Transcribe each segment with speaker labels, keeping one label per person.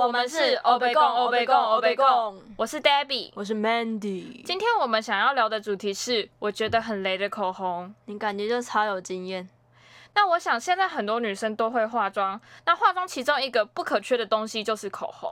Speaker 1: 我们是欧贝贡，欧贝贡，欧贝贡。我是 Debbie。
Speaker 2: 我是 Mandy。
Speaker 1: 今天我们想要聊的主题是，我觉得很雷的口红。
Speaker 2: 你感觉就超有经验，
Speaker 1: 那我想现在很多女生都会化妆，那化妆其中一个不可缺的东西就是口红。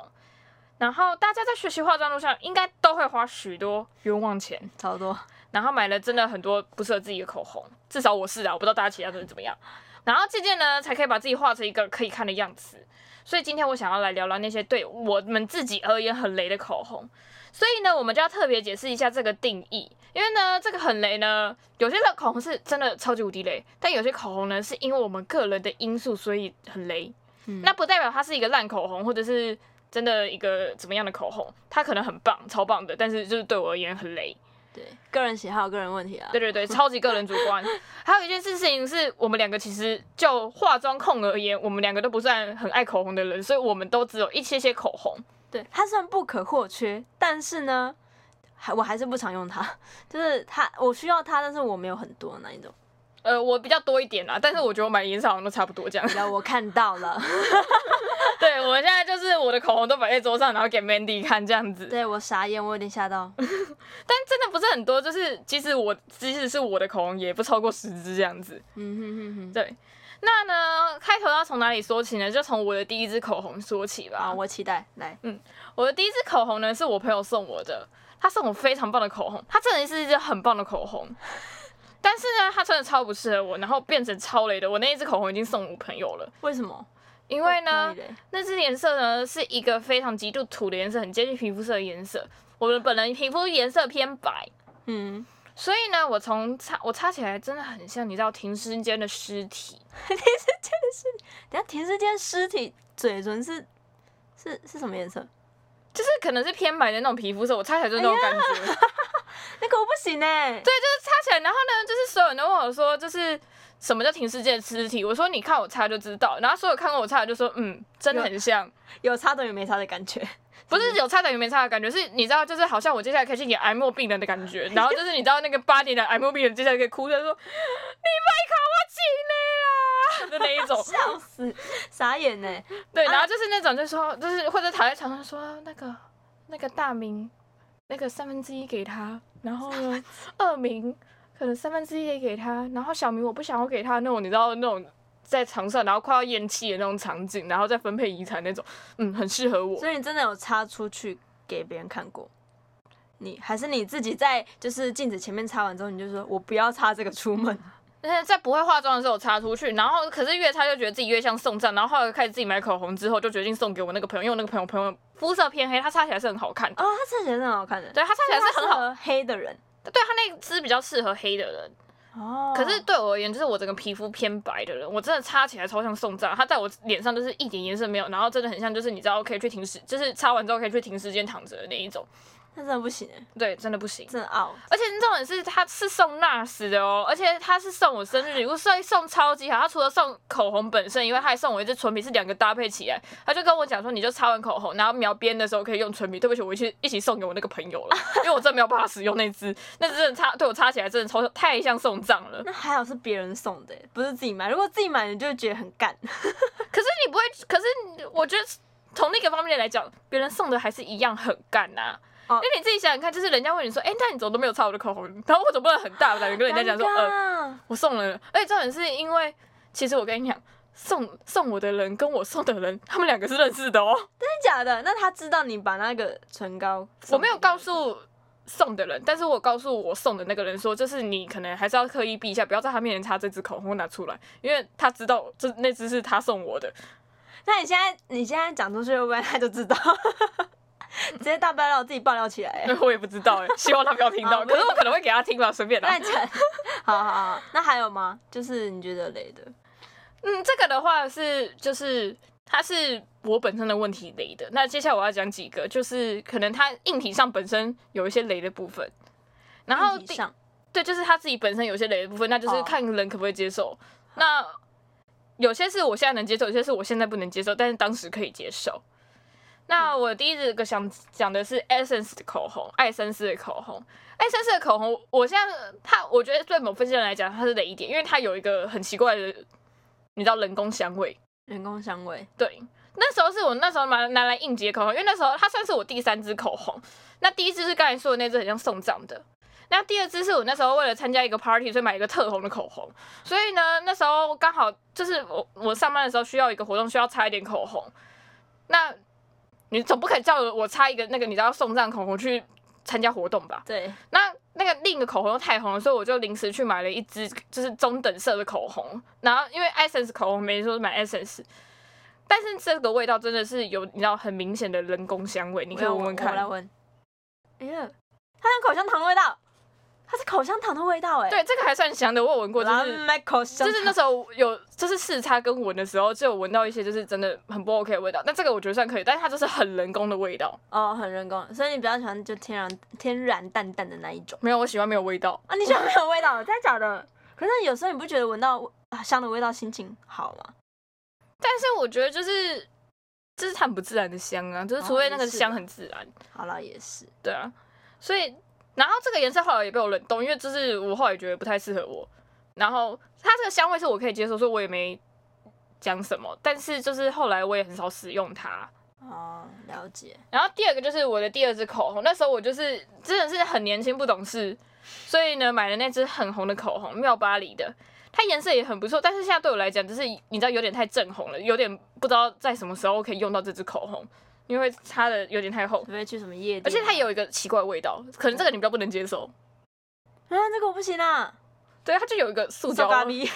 Speaker 1: 然后大家在学习化妆路上，应该都会花许多冤枉钱，
Speaker 2: 超多。
Speaker 1: 然后买了真的很多不适合自己的口红，至少我是啊，我不知道大家其他人怎么样。然后渐渐呢，才可以把自己画成一个可以看的样子。所以今天我想要来聊聊那些对我们自己而言很雷的口红。所以呢，我们就要特别解释一下这个定义，因为呢，这个很雷呢，有些的口红是真的超级无敌雷，但有些口红呢，是因为我们个人的因素，所以很雷。
Speaker 2: 嗯
Speaker 1: 那不代表它是一个烂口红，或者是真的一个怎么样的口红，它可能很棒，超棒的，但是就是对我而言很雷。
Speaker 2: 对，个人喜好、个人问题啊。
Speaker 1: 对对对，超级个人主观。还有一件事情是我们两个其实就化妆控而言，我们两个都不算很爱口红的人，所以我们都只有一些些口红。
Speaker 2: 对，它虽然不可或缺，但是呢，还我还是不常用它。 就是它，我需要它，但是我没有很多那一种。
Speaker 1: 呃，我比较多一点啦，但是我觉得我买的颜色好像都差不多这样。
Speaker 2: 然后我看到了，
Speaker 1: 对我现在就是我的口红都摆在桌上，然后给 Mandy 看这样子。
Speaker 2: 对我傻眼，我有点吓到。
Speaker 1: 但真的不是很多，就是即使我即使是我的口红，也不超过十支这样子。
Speaker 2: 嗯哼哼哼。
Speaker 1: 对，那呢，开头要从哪里说起呢？就从我的第一支口红说起吧。
Speaker 2: 啊，我期待来。
Speaker 1: 我的第一支口红呢，是我朋友送我的，他送我非常棒的口红，它真的是一支很棒的口红。但是呢，它真的超不适合我，然后变成超雷的。我那一支口红已经送我朋友了，
Speaker 2: 为什么？
Speaker 1: 因为
Speaker 2: 哪
Speaker 1: 呢
Speaker 2: 里，嘞
Speaker 1: 那支颜色呢是一个非常极度土的颜色，很接近皮肤色的颜色。我的本人皮肤颜色偏白，
Speaker 2: 嗯，
Speaker 1: 所以呢，我从擦我擦起来真的很像你知道停尸间的尸体，
Speaker 2: 等一下停尸间尸体嘴唇是是是什么颜色？
Speaker 1: 就是可能是偏白的那种皮肤色，我擦起来就是那种感觉。
Speaker 2: 那个我不行哎、对，
Speaker 1: 擦起来，然后呢，就是所有人都问我说，就是什么叫停尸间的尸体？我说你看我擦就知道。然后所有看过我擦的就说，嗯，真的很像，
Speaker 2: 有擦等于没擦的感觉。
Speaker 1: 不是有擦等于没擦的感觉，是你知道，就是好像我接下来可以去演癌末病人的感觉。然后就是你知道那个八点的癌末病人接下来可以哭着说，你别考我起来啦的那一种。
Speaker 2: 笑死，傻眼欸呢、
Speaker 1: 对，然后就是那种就说，就是或者躺在床上说那个那个大名，那个三分之一给他，然后呢二名可能三分之一也给他，然后小明我不想要给他那种，你知道那种在床上然后快要咽气的那种场景，然后再分配遗产那种，嗯，很适合我。
Speaker 2: 所以你真的有擦出去给别人看过？你还是你自己在就是镜子前面擦完之后，你就说我不要擦这个出 门。哦
Speaker 1: 但是在不会化妆的时候擦出去，然后可是越擦就觉得自己越像宋战，然后后来开始自己买口红之后，就决定送给我那个朋友，因为我那个朋友朋友肤色偏黑，他擦起来是很好看的，
Speaker 2: 哦，它擦起来是很好看的，
Speaker 1: 对他擦起来是很好，
Speaker 2: 好黑的人。
Speaker 1: 对他那支比较适合黑的人。
Speaker 2: 哦，
Speaker 1: 可是对我而言，就是我整个皮肤偏白的人，我真的擦起来超像宋战，它在我脸上就是一点颜色没有，然后真的很像就是你知道可以去停时，就是擦完之后可以去停时间躺着的那一种，
Speaker 2: 那真的不行哎、
Speaker 1: 对，真的不行。
Speaker 2: 真的 out。
Speaker 1: 而且重点是，它是送 NARS 的哦，而且它是送我生日礼物，所以送超级好。它除了送口红本身以外，它还送我一支唇笔，是两个搭配起来。他就跟我讲说，你就擦完口红，然后描边的时候可以用唇笔。对不起，我一起一起送给我那个朋友了，因为我真的没有办法使用那支，那支真的擦对我擦起来真的超太像送葬了。
Speaker 2: 那还好是别人送的欸、不是自己买。如果自己买，你就会觉得很干。
Speaker 1: 可是你不会，可是我觉得从另一个方面来讲，别人送的还是一样很干呐、
Speaker 2: 哦
Speaker 1: 因为你自己想想看，就是人家问你说，哎、那你怎么都没有擦我的口红？然后我总不能很大胆的跟人家讲说，呃，
Speaker 2: 呃，
Speaker 1: 我送了。而且重点是因为，其实我跟你讲，送送我的人跟我送的人，他们两个是认识的哦。
Speaker 2: 真的假的？那他知道你把那个唇膏，
Speaker 1: 我没有告。诉送的人，但是我告诉我送的那个人说，就是你可能还是要刻意避一下，不要在他面前擦这支口红拿出来，因为他知道这那支是他送我的。
Speaker 2: 那你现在你现在讲出去，会不会他就知道？ 直接大爆料，自己爆料起来欸、
Speaker 1: 对我也不知道哎，希望他不要听
Speaker 2: 好
Speaker 1: 到。
Speaker 2: 没
Speaker 1: 可
Speaker 2: 有
Speaker 1: 是我可能会给他听吧，随便啦
Speaker 2: 那。讲，好好好，那还有吗？就是你觉得雷的，
Speaker 1: 嗯，这个的话是就是它是我本身的问题雷的。那接下来我要讲几个，就是可能它硬体上本身有一些雷的部分，然后
Speaker 2: 硬体
Speaker 1: 第
Speaker 2: 上
Speaker 1: 对，就是它自己本身有一些雷的部分，那就是
Speaker 2: 哦
Speaker 1: 看人可不可以接受。那有些是我现在能接受，有些是我现在不能接受，但是当时可以接受。那我第一个想讲的是 Essence 的口红，艾森斯的口红。艾森斯的口红，我现在它，我觉得对某分些人来讲，它是雷一点，因为它有一个很奇怪的，你知道人工香味。
Speaker 2: 人工香味，
Speaker 1: 对，那时候是我那时候拿拿来应急的口红，因为那时候它算是我第三支口红。那第一支是刚才说的那支很像送葬的，那第二支是我那时候为了参加一个 party，所以买一个特红的口红。所以呢，那时候刚好就是我我上班的时候需要一个活动，需要擦一点口红。那你总不可以叫我擦一个那个你知道送葬口红去参加活动吧？
Speaker 2: 对，
Speaker 1: 那那个另一个口红又太红了，所以我就临时去买了一支就是中等色的口红。然后因为 Essence 口红没说买 Essence，但是这个味道真的是有你知道很明显的人工香味，你可以
Speaker 2: 我要
Speaker 1: 闻闻
Speaker 2: 我来
Speaker 1: 看。
Speaker 2: 闻。哎呀，它像口香糖的味道，它是口香糖的味道哎、
Speaker 1: 对，这个还算香的，我有闻过，就
Speaker 2: 蓝
Speaker 1: 是
Speaker 2: 莓口香
Speaker 1: 就
Speaker 2: 糖，
Speaker 1: 是那时候有就是试擦跟闻的时候，就有闻到一些就是真的很不 OK 的味道。那这个我觉得算可以，但是它就是很人工的味道。
Speaker 2: 哦，很人工，所以你比较喜欢就天然天然淡淡的那一种
Speaker 1: 没有，我喜欢没有味道。
Speaker 2: 啊？你喜欢没有味道的，真的假的？可是有时候你不觉得闻到啊香的味道心情好吗？
Speaker 1: 但是我觉得就是这是很不自然的香啊，就是除非那
Speaker 2: 哦
Speaker 1: 个
Speaker 2: 也是
Speaker 1: 香
Speaker 2: 啦
Speaker 1: 很自然。
Speaker 2: 好了，也是，
Speaker 1: 对啊，所以然后这个颜色后来也被我冷冻，因为就是我后来觉得不太适合我。然后它这个香味是我可以接受，所以我也没讲什么。但是就是后来我也很少使用它。
Speaker 2: 哦，了解，
Speaker 1: 然后第二个就是我的第二支口红，那时候我就是真的是很年轻不懂事，所以呢买了那支很红的口红，妙巴黎的，它颜色也很不错，但是现在对我来讲就是你知道有点太正红了，有点不知道在什么时候可以用到这支口红，因为擦的有点太厚
Speaker 2: 除，非去什么夜店，
Speaker 1: 而且它也有一个奇怪的味道，可能这个你比较不能接受。
Speaker 2: 啊，这个我不行啊，
Speaker 1: 对，它就有一个塑胶，
Speaker 2: 咖
Speaker 1: 它
Speaker 2: 喱，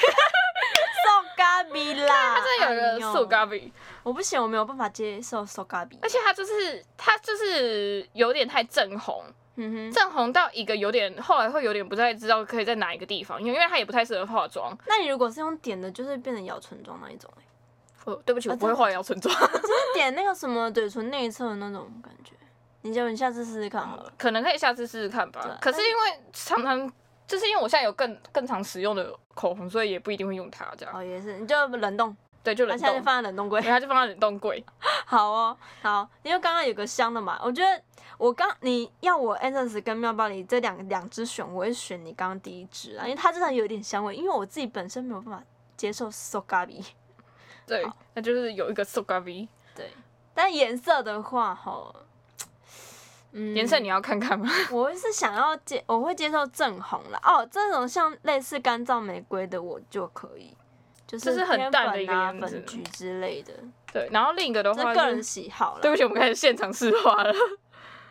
Speaker 2: 瘦咖喱啦，
Speaker 1: 就有一
Speaker 2: 哎
Speaker 1: 个
Speaker 2: 呦
Speaker 1: 塑胶味，
Speaker 2: 我不行，我没有办法接受瘦咖喱
Speaker 1: 而，且它就是它就是有点太正红，
Speaker 2: 嗯哼，
Speaker 1: 正红到一个有点后来会有点不太知道可以在哪一个地方，因为因为它也不太适合化妆。
Speaker 2: 那你如果是用点的，就是变成咬唇妆那一种、欸，
Speaker 1: 哦，对不起，我
Speaker 2: 啊
Speaker 1: 不会
Speaker 2: 真的
Speaker 1: 化摇唇妆，
Speaker 2: 就是点那个什么嘴唇内侧的那种感觉，你就你下次试试看好了。
Speaker 1: 可能可以下次试试看吧
Speaker 2: 对。啊
Speaker 1: 可是因为常常就是因为我现在有更更常使用的口红，所以也不一定会用它这样。
Speaker 2: 哦，也是，你就冷冻，
Speaker 1: 对，就
Speaker 2: 那
Speaker 1: 冷
Speaker 2: 啊现在
Speaker 1: 冻
Speaker 2: 就，放在冷冻柜
Speaker 1: 然。后它就放在冷冻柜。
Speaker 2: 好哦，好，因为刚刚有个香的嘛，我觉得我刚你要我 Essence 跟妙巴黎这两两只选，我会选你刚刚第一只
Speaker 1: 嗯
Speaker 2: 啊，因为它真的有一点香味，因为我自己本身没有办法接受 so 咖喱。
Speaker 1: 对，
Speaker 2: 啊
Speaker 1: 那就是有一个 so g a v
Speaker 2: 对， 但颜色的话，吼，嗯，
Speaker 1: 颜色你要看看吗？
Speaker 2: 我会是想要接，我会接受正红啦。哦，这种像类似干燥玫瑰的我就可以，就
Speaker 1: 就是是很
Speaker 2: 偏
Speaker 1: 淡的
Speaker 2: 粉
Speaker 1: 一个
Speaker 2: 啊
Speaker 1: 样子
Speaker 2: 粉橘之类的，
Speaker 1: 对，然后另一个的
Speaker 2: 这
Speaker 1: 话、
Speaker 2: 个
Speaker 1: 就是
Speaker 2: 人，喜好
Speaker 1: 对
Speaker 2: 啦。
Speaker 1: 不起，我们开始现场试化了。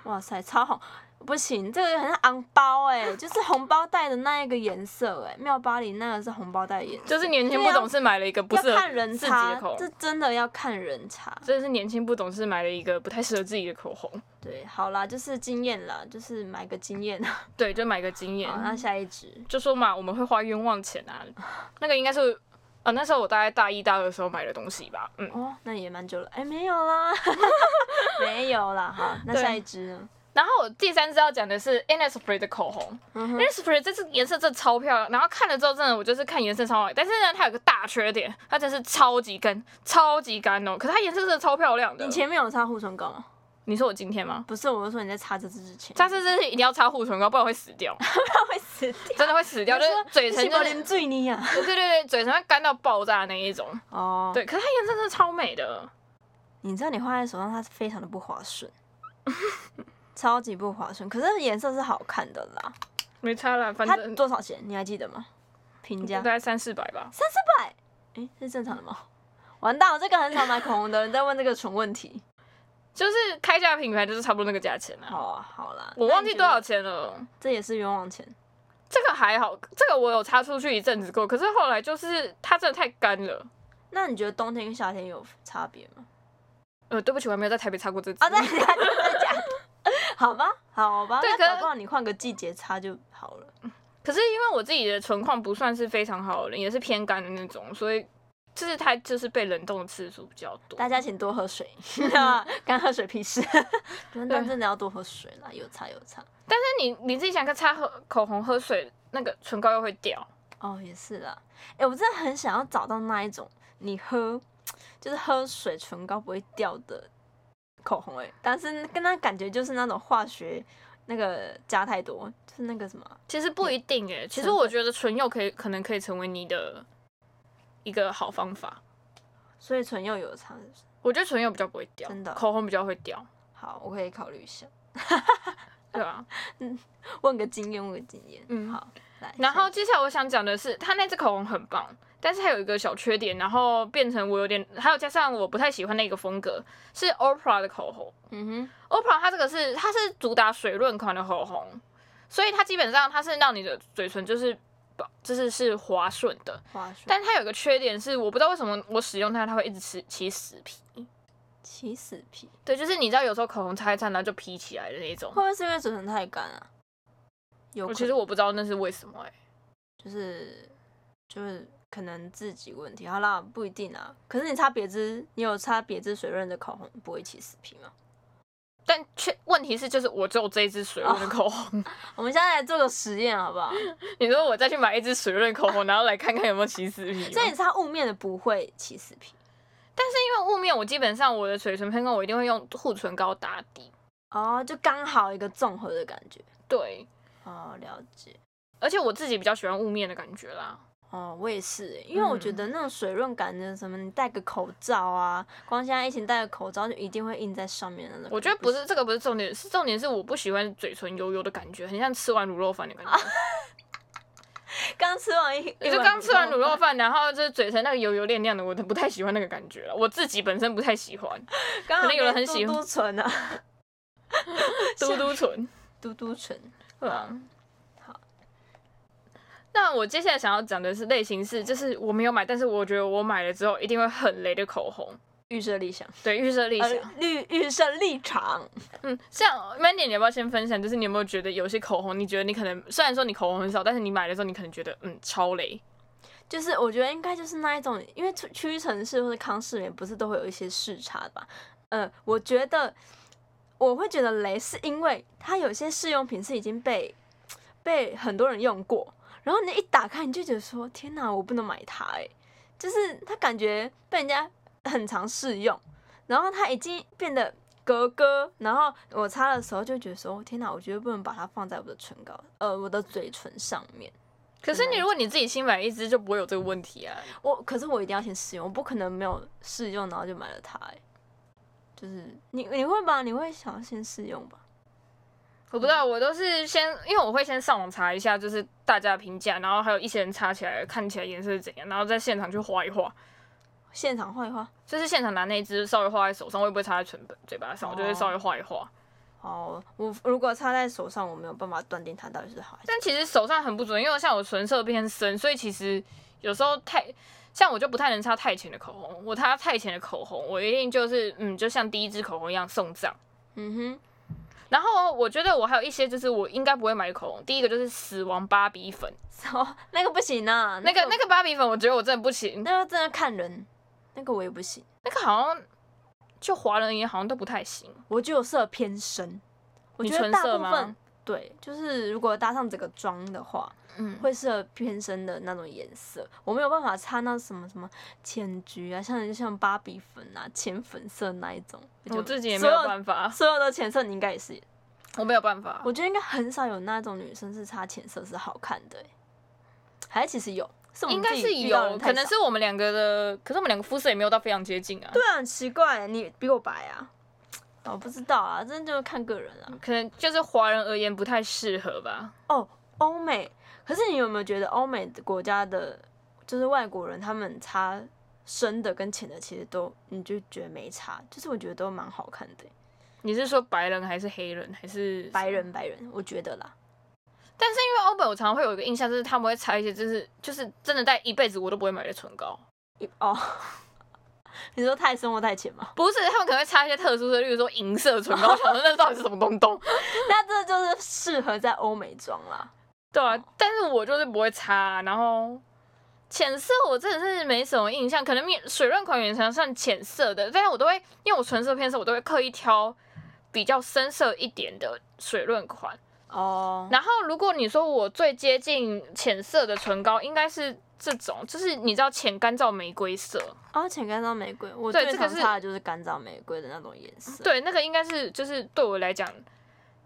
Speaker 2: 哇塞，超红！不行，这个很像昂包哎、就是红包袋的那一个颜色哎、妙巴黎那个是红包袋的颜色，
Speaker 1: 就是年轻不懂事买了一个不
Speaker 2: 啊要
Speaker 1: 适合
Speaker 2: 看人
Speaker 1: 自己的
Speaker 2: 差
Speaker 1: 口，
Speaker 2: 这
Speaker 1: 红，
Speaker 2: 真的要看人差。
Speaker 1: 真的是年轻不懂事买了一个不太适合自己的口红。
Speaker 2: 对，好啦，就是经验啦，就是买个经验。好，啊
Speaker 1: 对，就买个经验。
Speaker 2: 那下一支
Speaker 1: 就说嘛，我们会花冤枉钱啊，那个应该是。啊、那时候我大概大一、大二的时候买的东西吧，嗯，
Speaker 2: 哦，那也蛮久了，哎、没有啦， 没有啦，好，那
Speaker 1: 对
Speaker 2: 下一支呢？
Speaker 1: 然后我第三支要讲的是 Innisfree 的口红、
Speaker 2: 嗯
Speaker 1: i n n i s f r e e 这支颜色真的超漂亮，然后看了之后真的我就是看颜色超好，但是呢它有个大缺点，它真是超级干，超级干哦，可是它颜色真的超漂亮的。
Speaker 2: 你前面有擦护唇膏吗？
Speaker 1: 你说我今天吗？
Speaker 2: 不是，我是说你在擦这支之前，
Speaker 1: 但是这是一定要擦护唇膏，不然会死 掉，
Speaker 2: 它会死掉。
Speaker 1: 真的会死掉，就是嘴唇就是
Speaker 2: 连醉你啊！
Speaker 1: 对对对，嘴唇会干到爆炸那一种。
Speaker 2: 哦，
Speaker 1: 对，可是它颜色真的超美的，
Speaker 2: 你知道你画在手上，它是非常的不划算， 超级不划算。可是颜色是好看的啦。
Speaker 1: 没差啦，反
Speaker 2: 它
Speaker 1: 正
Speaker 2: 多少钱？你还记得吗？评价
Speaker 1: 大概三四百吧。
Speaker 2: 三四百，哎，是正常的吗？完蛋，我这个很少买口红的人在问这个蠢问题。
Speaker 1: 就是开价品牌就是差不多那个价钱啦。
Speaker 2: 好啊，好啦，
Speaker 1: 我忘记多
Speaker 2: 那
Speaker 1: 少
Speaker 2: 你觉
Speaker 1: 钱了。
Speaker 2: 得，这也是冤枉钱。
Speaker 1: 这个还好，这个我有擦出去一阵子过，可是后来就是它真的太干了。
Speaker 2: 那你觉得冬天跟夏天有差别吗？
Speaker 1: 呃，对不起，我还没有在台北擦过这支。
Speaker 2: 啊，对，真的假的？ 好吧，好吧，
Speaker 1: 对
Speaker 2: 那
Speaker 1: 可是
Speaker 2: 搞不好你换个季节擦就好了。
Speaker 1: 可是因为我自己的唇况不算是非常好的，也是偏干的那种，所以就是它就是被冷冻的次数比较多。
Speaker 2: 大家请多喝水， 干喝水屁事。 但真的要多喝水啦，有差有差。
Speaker 1: 但是你你自己想看擦喝口红喝水，那个唇膏又会掉。
Speaker 2: 哦，也是啦。哎、我真的很想要找到那一种你喝，就是喝水唇膏不会掉的口红哎、但是跟它感觉就是那种化学那个加太多，就是那个什么，
Speaker 1: 其实不一定诶，其实
Speaker 2: 成
Speaker 1: 我觉得唇釉可以可能可以成为你的一个好方法。
Speaker 2: 所以唇釉有差是不是
Speaker 1: 我觉得唇釉比较不会掉，
Speaker 2: 真的
Speaker 1: 口红比较会 掉，
Speaker 2: 好，我可以考虑一下，
Speaker 1: 对啊吧、
Speaker 2: 问个经验，问个经验。
Speaker 1: 嗯
Speaker 2: 好，来。
Speaker 1: 然
Speaker 2: 下
Speaker 1: 后
Speaker 2: 一个
Speaker 1: 接下来我想讲的是，它那支口红很棒，但是它有一个小缺点，然后变成我有点，还有加上我不太喜欢那个风格，是 Oprah 的口红。
Speaker 2: 嗯
Speaker 1: Oprah 它这个是它是主打水润款的口红，所以它基本上它是让你的嘴唇就是就是是滑顺的，
Speaker 2: 哼，花水
Speaker 1: 但它有一个缺点是，我不知道为什么我使用它，它会一直起起死皮。
Speaker 2: 起死皮，
Speaker 1: 对，就是你知道有时候口红擦一擦，然后就皮起来的那种
Speaker 2: 会。不会是因为嘴唇太干啊？有可
Speaker 1: 我
Speaker 2: 能，
Speaker 1: 其实我不知道那是为什么哎、
Speaker 2: 就是就是可能自己问题，好啦，不一定啊。可是你擦别支，你有擦别支水润的口红，不会起死皮吗？
Speaker 1: 但却问题是，就是我只有这一支水润的口红。
Speaker 2: 我们现在来做个实验好不好？
Speaker 1: 你说我再去买一支水润口红，然后来看看有没有起死 皮吗？
Speaker 2: 所以你擦雾面的不会起死皮
Speaker 1: 但是因为雾面，我基本上我的嘴唇喷膏我一定会用护唇膏打底。
Speaker 2: 哦，就刚好一个综合的感觉。
Speaker 1: 对，
Speaker 2: 哦，了解。
Speaker 1: 而且我自己比较喜欢雾面的感觉啦。
Speaker 2: 哦，我也是欸，因为我觉
Speaker 1: 嗯
Speaker 2: 得那种水润感的什么，你戴个口罩啊，光现在疫情戴个口罩就一定会印在上面的那种。
Speaker 1: 我觉得嗯不是这个不是重点，是重点是我不喜欢嘴唇油油的感觉，很像吃完卤肉饭的感觉。
Speaker 2: 刚吃完一，
Speaker 1: 你就刚吃完卤肉饭，然后就是嘴唇那个油油亮亮的，我不太喜欢那个感觉了。我自己本身不太喜 欢
Speaker 2: 刚好
Speaker 1: 可能有人很
Speaker 2: 变
Speaker 1: 喜欢
Speaker 2: 嘟嘟唇啊，
Speaker 1: 嘟嘟唇。
Speaker 2: 嘟嘟唇。
Speaker 1: 对啊，好。那我接下来想要讲的是类型是，就是我没有买，但是我觉得我买了之后一定会很雷的口红。
Speaker 2: 预设立想，
Speaker 1: 对，预设立想。
Speaker 2: 呃，立预设立场，
Speaker 1: 嗯，像 Mandy，你要不要先分享？就是你有没有觉得有些口红，你觉得你可能虽然说你口红很少，但是你买的时候你可能觉得嗯超雷。
Speaker 2: 就是我觉得应该就是那一种，因为区区域城市或者康士美不是都会有一些视差的吧？呃，我觉得我会觉得雷是因为它有些试用品是已经被被很多人用过，然后你一打开你就觉得说天哪，我不能买它哎、就是它感觉被人家很常试用，然后它已经变得格格，然后我擦的时候就觉得说天哪，我绝对不能把它放在我的唇膏呃我的嘴唇上面。
Speaker 1: 可是你如果你自己新买一支，就不会有这个问题啊。
Speaker 2: 我可是我一定要先试用，我不可能没有试用然后就买了它、欸。就是你你会吧？你会想要先试用吧？
Speaker 1: 我不知道，我都是先，因为我会先上网查一下，就是大家的评价，然后还有一些人擦起来看起来颜色是怎样，然后在现场去画一画。
Speaker 2: 现场画一画。
Speaker 1: 就是现场拿那一支稍微画在手上，我也不会插在唇本嘴巴上，我就会
Speaker 2: 哦
Speaker 1: 稍微画一画。
Speaker 2: 哦，我如果擦在手上，我没有办法断定它到底是好还是。
Speaker 1: 但其实手上很不准，因为像我唇色偏深，所以其实有时候太像我就不太能擦太浅的口红。我擦太浅的口红，我一定就是嗯，就像第一支口红一样送葬。
Speaker 2: 嗯
Speaker 1: 然后我觉得我还有一些就是我应该不会买的口红，第一个就是死亡芭比粉，
Speaker 2: 哼，哦，那个不行啊，
Speaker 1: 那个那
Speaker 2: 那个
Speaker 1: 个芭比粉，我觉得我真的不行，
Speaker 2: 那个真的看人，那个我也不行，
Speaker 1: 那个好像就华人也好像都不太行。
Speaker 2: 我就有色偏深。我
Speaker 1: 你
Speaker 2: 觉得
Speaker 1: 唇
Speaker 2: 大
Speaker 1: 色
Speaker 2: 部分
Speaker 1: 吗？
Speaker 2: 对，就是如果搭上整个妆的话，
Speaker 1: 嗯，
Speaker 2: 会适合偏深的那种颜色，我没有办法擦那什么什么浅橘啊，像就像芭比粉啊、浅粉色那一种。
Speaker 1: 我
Speaker 2: 就
Speaker 1: 自己也没有
Speaker 2: 所
Speaker 1: 办法，哦
Speaker 2: 所有的浅色你应该也是，
Speaker 1: 我没有办法。
Speaker 2: 我觉得应该很少有那种女生是擦浅色是好看的欸、还是其实有，是我们
Speaker 1: 应该
Speaker 2: 自
Speaker 1: 是
Speaker 2: 己遇到的
Speaker 1: 有，
Speaker 2: 人太
Speaker 1: 可能
Speaker 2: 少
Speaker 1: 是我们两个的，可是我们两个肤色也没有到非常接近啊。
Speaker 2: 对啊，很奇怪欸，你比我白啊，我不知道啊，真的就是看个人啊。
Speaker 1: 可能就是华人而言不太适合吧。
Speaker 2: 哦，欧美，可是你有没有觉得欧美的国家的，就是外国人他们擦深的跟浅的，其实都你就觉得没差，就是我觉得都蛮好看的欸、
Speaker 1: 你是说白人还是黑人还是
Speaker 2: 白？人白人，我觉得啦，
Speaker 1: 但是因为欧美，我常常会有一个印象，就是他们会擦一些，就是就是真的戴一辈子我都不会买的唇膏。
Speaker 2: 一哦， 你说太深或太浅吗？
Speaker 1: 不是，他们可能会擦一些特殊的，例如说银色唇膏。我想说那到底是什么东东？
Speaker 2: 那这就是适合在欧美妆啦。
Speaker 1: 对啊，但是我就是不会擦啊、然后浅色我真的是没什么印象，可能面水润款勉强算浅色的，但是我都会因为我唇色偏色，我都会刻意挑比较深色一点的水润款。
Speaker 2: 哦，
Speaker 1: 然后如果你说我最接近浅色的唇膏，应该是这种，就是你知道浅干燥玫瑰色，
Speaker 2: 哦，浅干燥玫瑰，我
Speaker 1: 对
Speaker 2: 最
Speaker 1: 这个
Speaker 2: 常
Speaker 1: 是
Speaker 2: 擦的就是干燥玫瑰的那种颜色。，
Speaker 1: 对，那个应该是就是对我来讲，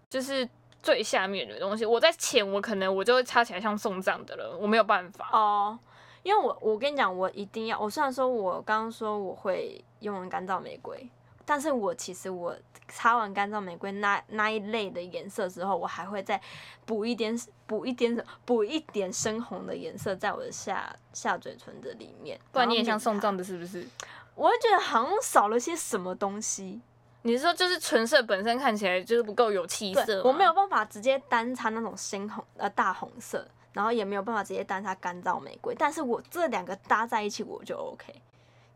Speaker 1: 就是最下面的东西。我在浅，我可能我就会擦起来像送葬的了，我没有办法。
Speaker 2: 哦，因为我我跟你讲，我一定要，我虽然说我刚刚说我会用干燥玫瑰，但是我其实我擦完干燥玫瑰那那一类的颜色之后，我还会再补一点补一点补一点深红的颜色在我的下下嘴唇的里面，
Speaker 1: 不然你也
Speaker 2: 后
Speaker 1: 像
Speaker 2: 抹
Speaker 1: 送
Speaker 2: 它
Speaker 1: 葬的，是不是？
Speaker 2: 我会觉得好像少了些什么东西。
Speaker 1: 你是说就是唇色本身看起来就是不够有气
Speaker 2: 对，
Speaker 1: 色？
Speaker 2: 我没有，办法直接单擦那种深红呃大红色，然后也没有办法直接单擦干燥玫瑰，但是我这两个搭在一起我就 OK。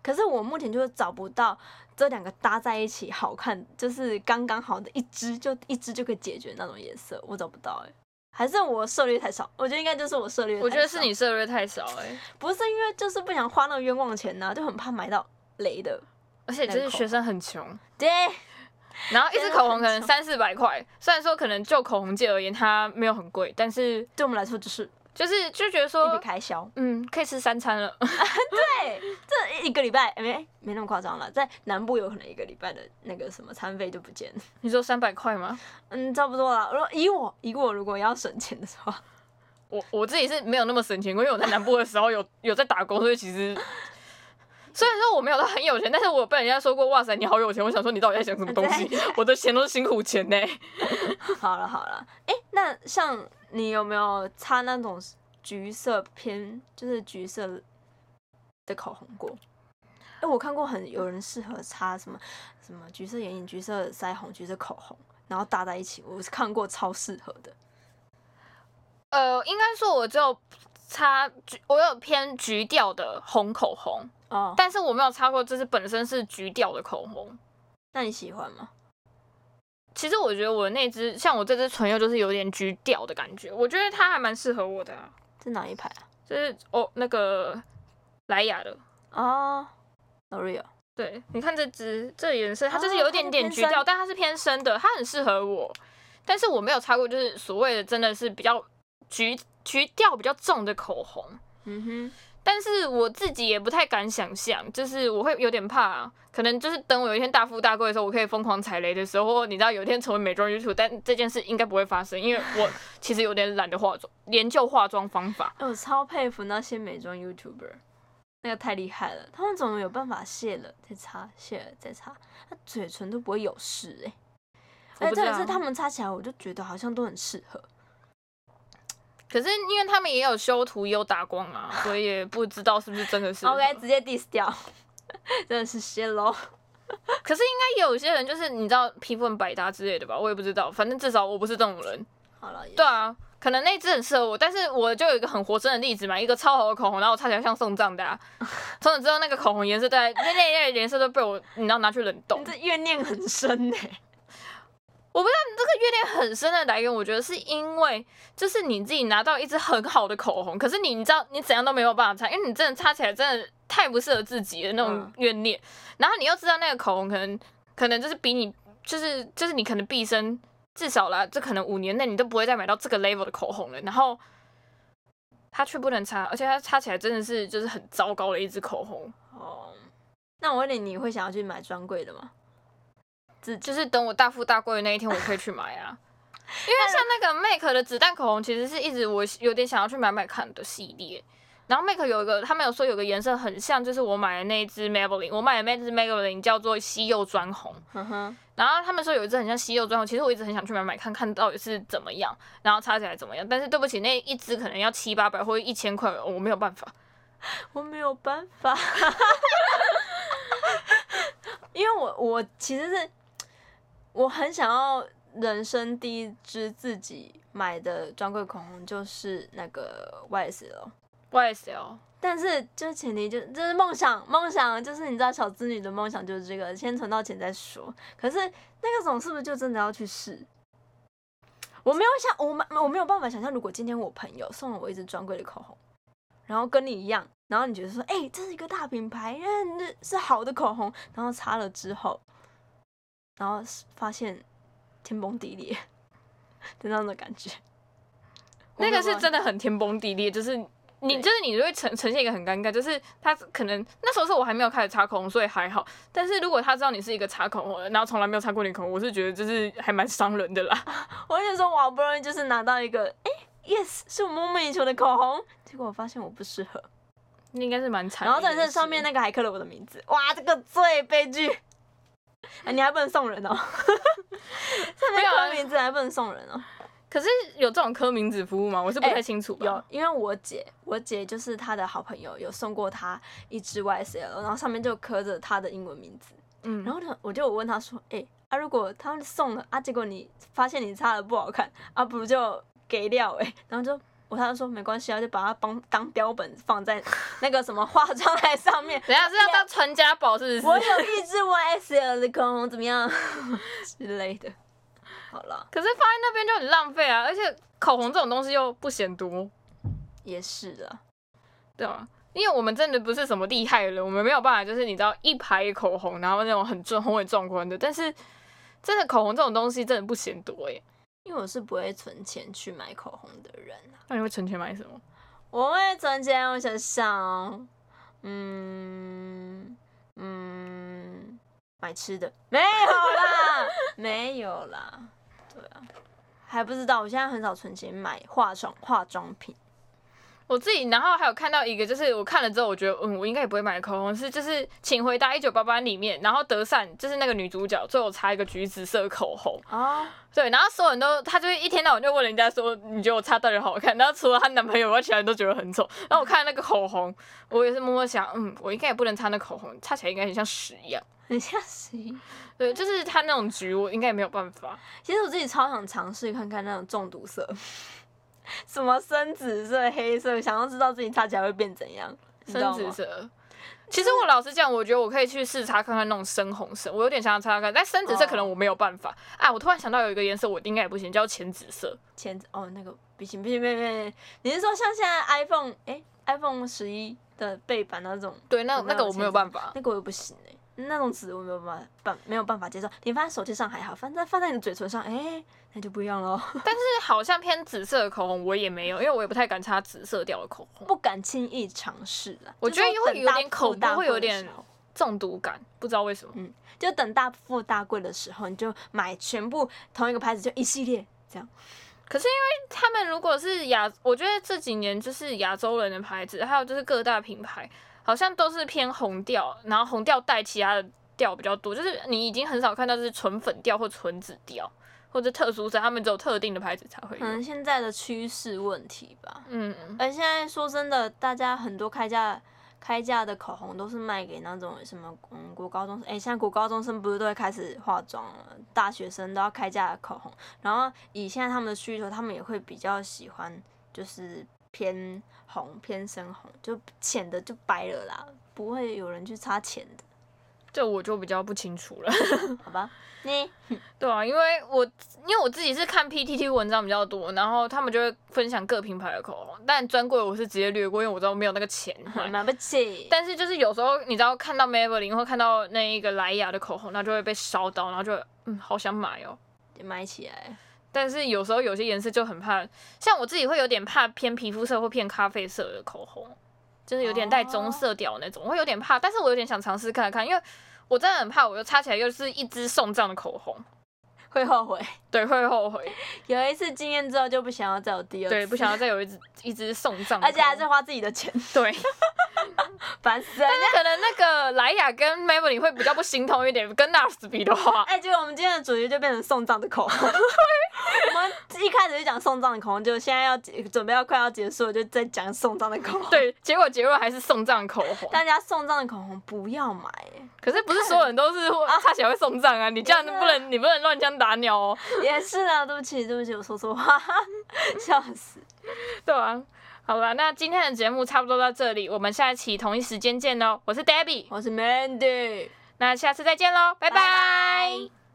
Speaker 2: 可是我目前就是找不到这两个搭在一起好看，就是刚刚好的一支就一支就可以解决那种颜色，我找不到哎、还是我涉猎太少，我觉得应该就是我涉猎。
Speaker 1: 我觉得是你，涉略太少哎、
Speaker 2: 不是因为就是不想花那个冤枉钱呐、就很怕买到雷的。
Speaker 1: 而且就是学生很穷，
Speaker 2: 对，
Speaker 1: 然后一支口红可
Speaker 2: 学生很
Speaker 1: 能
Speaker 2: 穷
Speaker 1: 三四百块，虽然说可能就口红界而言它没有很贵，但是
Speaker 2: 对我们来说就是一
Speaker 1: 就是就觉得
Speaker 2: 笔
Speaker 1: 说，
Speaker 2: 开销。
Speaker 1: 嗯，可以吃三餐了。
Speaker 2: 对，这一个礼拜哎没没那么夸张了，在南部有可能一个礼拜的那个什么餐费就不见了，
Speaker 1: 你说三百块吗？
Speaker 2: 嗯，差不多了。如果以我以我如果要省钱的话，
Speaker 1: 我我自己是没有那么省钱过，因为我在南部的时候有有在打工，所以其 实虽然说我没有到很有钱，但是我被人家说过，哇塞，你好有钱。我想说你到底在
Speaker 2: 啊
Speaker 1: 想什么东西？ 我的钱都是辛苦钱呢、
Speaker 2: 好了好了，哎、那像你有没有擦那种橘色偏就是橘色的口红过？哎、我看过很有人适合擦什么什么橘色眼影、橘色腮红、橘色口红，然后搭在一起，我是看过超适合的。
Speaker 1: 呃，应该说我只有擦橘，我有偏橘调的红口红，
Speaker 2: 哦，
Speaker 1: 但是我没有擦过，这是本身是橘调的口红。
Speaker 2: 那你喜欢吗？
Speaker 1: 其实我觉得我那支，像我这支唇釉就是有点橘调的感觉，我觉得它还蛮适合我的、啊，
Speaker 2: 是哪一排啊？
Speaker 1: 就是哦那个莱雅的，
Speaker 2: 哦，L'Oreal。
Speaker 1: 对，你看这只这颜色，它
Speaker 2: 哦
Speaker 1: 就是有
Speaker 2: 它
Speaker 1: 一点
Speaker 2: 是
Speaker 1: 点
Speaker 2: 偏
Speaker 1: 橘
Speaker 2: 深
Speaker 1: 调，但它是偏深的，它很适合我。但是我没有擦过，就是所谓的真的是比较橘橘调比较重的口红。
Speaker 2: 嗯哼。
Speaker 1: 但是我自己也不太敢想象，就是我会有点怕、可能就是等我有一天大富大贵的时候，我可以疯狂踩雷的时候，或你知道有一天成为美妆 YouTube，但这件事应该不会发生，因为我其实有点懒得化妆，研究化妆方法。
Speaker 2: 哎我超佩服那些美妆 YouTuber，那个太厉害了，他们怎么有办法卸了再擦，卸了再擦，那嘴唇都不会有事 哎、
Speaker 1: 我
Speaker 2: 而
Speaker 1: 不
Speaker 2: 且
Speaker 1: 知
Speaker 2: 特
Speaker 1: 道
Speaker 2: 别是他们擦起来，我就觉得好像都很适合。
Speaker 1: 可是因为他们也有修图，也有打光啊，所以也不知道是不是真的 是
Speaker 2: OK，直接 diss 掉， 真的是谢喽。
Speaker 1: 可是应该也有些人就是你知道皮肤很百搭之类的吧，我也不知道，反正至少我不是这种人。
Speaker 2: 好了，也
Speaker 1: 对啊，可能那支很适合我，但是我就有一个很活生的例子嘛，一个超好的口红，然后我擦起来像送葬的、啊。从此之后，那个口红颜色大概那那那颜色都被我你知道拿去冷冻
Speaker 2: 你。这怨念很深哎、
Speaker 1: 这很深的来源，我觉得是因为就是你自己拿到一支很好的口红，可是你你知道你怎样都没有办法擦，因为你真的擦起来真的太不适合自己的那种
Speaker 2: 嗯
Speaker 1: 怨念。然后你又知道那个口红可能可能就是比你就是就是你可能毕生至少啦，这可能五年内你都不会再买到这个 level 的口红了。然后它却不能擦，而且它擦起来真的是就是很糟糕的一支口红。
Speaker 2: 哦，那我问你，你会想要去买专柜的吗？自己
Speaker 1: 就是等我大富大贵的那一天，我可以去买啊。因为像那个 MAC 的子弹口红，其实是一直我有点想要去买买看的系列。然后 MAC 有一个，他们有说有个颜色很像，就是我买的那一支 Maybelline，我买的那支 Maybelline 叫做西柚砖红。
Speaker 2: 哼哼，
Speaker 1: 然后他们说有一支很像西柚砖红，其实我一直很想去买买看看到底是怎么样，然后擦起来怎么样。但是对不起，那一支可能要七八百或者一千块，我没有办法。
Speaker 2: 我没有办法， 因为我我其实是我很想要人生第一支自己买的专柜口红就是那个 YSL，
Speaker 1: YSL，
Speaker 2: 但是就前提就就是梦想梦想就是你知道小资女的梦想就是这个，先存到钱再说。可是那个种是不是就真的要去试？我没有想，我没我没有办法想象，如果今天我朋友送了我一支专柜的口红，然后跟你一样，然后你觉得说，哎、这是一个大品牌，嗯，这是好的口红，然后擦了之后，然后发现天崩地裂的那种感觉。
Speaker 1: 那个是真
Speaker 2: 的，
Speaker 1: 的很天崩地裂，就是你
Speaker 2: 对
Speaker 1: 就是你就会呈呈现一个很尴尬，就是他可能那时候是我还没有开始擦口红，所以还好。但是如果他知道你是一个擦口红的，然后从来没有擦过你口红，我是觉得就是还蛮伤人的啦。
Speaker 2: 我就说，我好不容易就是拿到一个，哎、y e s 是我梦寐以求的口红，结果我发现我不适合。
Speaker 1: 那应该是蛮惨的
Speaker 2: 然
Speaker 1: 一
Speaker 2: 后
Speaker 1: 件事。
Speaker 2: 在这上面那个还刻了我的名字，哇，这个最悲剧。哎，你还不能送人哦， 上面
Speaker 1: 没有啊
Speaker 2: 刻名字还不能送人哦。
Speaker 1: 可是有这种科名字服务吗？我是不
Speaker 2: 哎
Speaker 1: 太清楚吧。
Speaker 2: 有，因为我姐，我姐就是她的好朋友，有送过她一支 YSL，然后上面就刻着她的英文名字。
Speaker 1: 嗯，
Speaker 2: 然后呢，我就有问她说，哎、啊，如果他们送了啊，结果你发现你擦的不好看啊，不就给料哎、然后就。我她就说没关系啊，就把它当当标本放在那个什么化妆台上面，
Speaker 1: 等一下是要当传家宝是不
Speaker 2: 我
Speaker 1: 是？
Speaker 2: 有一支 YSL 的口红，怎么样 之类的。好了，
Speaker 1: 可是放在那边就很浪费啊，而且口红这种东西又不嫌多，
Speaker 2: 也是的，
Speaker 1: 对啊，因为我们真的不是什么厉害的人，我们没有办法，就是你知道一排口红，然后那种很壮、宏伟壮观的。但是真的口红这种东西真的不嫌多耶。
Speaker 2: 因为我是不会存钱去买口红的人啊、
Speaker 1: 那你会存钱买什么？
Speaker 2: 我会存钱，我想想哦，嗯嗯，买吃的没有啦，没有啦，对啊，还不知道，我现在很少存钱买化妆化妆品。
Speaker 1: 我自己，然后还有看到一个，就是我看了之后，我觉得，嗯，我应该也不会买口红，是就是《请回答一九八八》里面，然后德善就是那个女主角，最后擦一个橘紫色口红，
Speaker 2: 哦，
Speaker 1: 对，然后所有人都，她就是一天到晚就问人家说，你觉得我擦到底好看？然后除了她男朋友，我其他人都觉得很丑。然后我看那个口红，我也是默默想，嗯，我应该也不能擦那口红，擦起来应该很像屎一样。
Speaker 2: 很像谁？
Speaker 1: 对，就是它那种橘，我应该也没有办法。
Speaker 2: 其实我自己超想尝试看看那种中毒色，什么深紫色、黑色，想要知道自己擦起来会变怎样。你知
Speaker 1: 深
Speaker 2: 道
Speaker 1: 紫
Speaker 2: 吗，
Speaker 1: 色。其实我老实讲，我觉得我可以去试擦看看那种深红色，我有点想要擦擦看，但深紫色可
Speaker 2: 嗯
Speaker 1: 能我没有办法、啊。我突然想到有一个颜色我应该也不行，叫浅紫色。
Speaker 2: 前哦那个不行不行不行不行，你是说像现在 iPhone 哎、iPhone 十一的背板那种，
Speaker 1: 对，那
Speaker 2: 我没
Speaker 1: 那
Speaker 2: 有
Speaker 1: 个我没有办法。
Speaker 2: 那个我又不行哎、那种纸我没有办法办没有办法接受。你放在手机上还好，反正放在你嘴唇上，哎、那就不一样喽，
Speaker 1: 但是好像偏紫色的口红我也没有，因为我也不太敢擦紫色调的口 红，
Speaker 2: 不敢轻易尝试了。
Speaker 1: 我觉得
Speaker 2: 就说
Speaker 1: 会
Speaker 2: 等
Speaker 1: 有
Speaker 2: 大
Speaker 1: 点
Speaker 2: 富
Speaker 1: 口
Speaker 2: 大
Speaker 1: 播会
Speaker 2: 贵
Speaker 1: 有
Speaker 2: 的
Speaker 1: 点
Speaker 2: 时候
Speaker 1: 中毒感，不知道为什么。
Speaker 2: 嗯，就等大富大贵的时候，你就买全部同一个牌子，就一系列这样。
Speaker 1: 可是因为他们如果是亚，我觉得这几年就是亚洲人的牌子，还有就是各大品牌，好像都是偏红调，然后红调带其他的调比较多，就是你已经很少看到是纯粉调或纯紫调，或者特殊色，他们只有特定的牌子才会
Speaker 2: 可能
Speaker 1: 用。
Speaker 2: 嗯现在的趋势问题吧。
Speaker 1: 嗯，嗯
Speaker 2: 而现在说真的，大家很多开价开价的口红都是卖给那种什么嗯国高中生，哎、现在国高中生不是都会开始化妆了，大学生都要开价的口红。然后以现在他们的需求，他们也会比较喜欢就是偏红偏深红，就浅的就白了啦，不会有人去擦浅的，
Speaker 1: 这我就比较不清楚了。
Speaker 2: 好吧？你
Speaker 1: 对啊，因为我因为我自己是看 PTT 文章比较多，然后他们就会分享各品牌的口红，但专柜我是直接略过，因为我知道没有那个钱买。
Speaker 2: 买不起，
Speaker 1: 但是就是有时候你知道看到 Maybelline 或看到那一个莱雅的口红，那就会被烧到，然后就会嗯好想买哦。
Speaker 2: 买起来。
Speaker 1: 但是有时候有些颜色就很怕，像我自己会有点怕偏皮肤色或偏咖啡色的口红，就是有点带棕色调那种，我会有点怕。但是我有点想尝试看看，因为我真的很怕，我又擦起来又是一支送葬的口红，
Speaker 2: 会后悔，
Speaker 1: 对，会后悔，
Speaker 2: 有一次经验之后就不想要再有第二次，
Speaker 1: 对，不想要再有一支一支送葬的
Speaker 2: 而
Speaker 1: 口红，
Speaker 2: 且还是 花自己的钱，
Speaker 1: 对。
Speaker 2: 烦死了。
Speaker 1: 但可能那个莱雅跟 Maybelline 会比较不心痛一点，跟 NARS 比的话，
Speaker 2: 哎、结果我们今天的主题就变成送葬的口红。 我们一开始就讲送葬的口红，就现在要结准备要快要结束了，就在讲送葬的口红。，
Speaker 1: 对，结果结论还是送葬口红。
Speaker 2: 大家送葬的口红不要买、
Speaker 1: 可是不是所有人都是 会擦起来会送葬啊？你这样
Speaker 2: 也是啊
Speaker 1: 不能，你不能乱枪打鸟哦，
Speaker 2: 也是啊，对不起，对不起，我说错话， 笑死。
Speaker 1: 对啊。好吧，那今天的节目差不多到这里，我们下一期同一时间见喽。我是哦 Debbie，
Speaker 2: 我是 Mandy，
Speaker 1: 那下次再见喽，拜拜
Speaker 2: 拜拜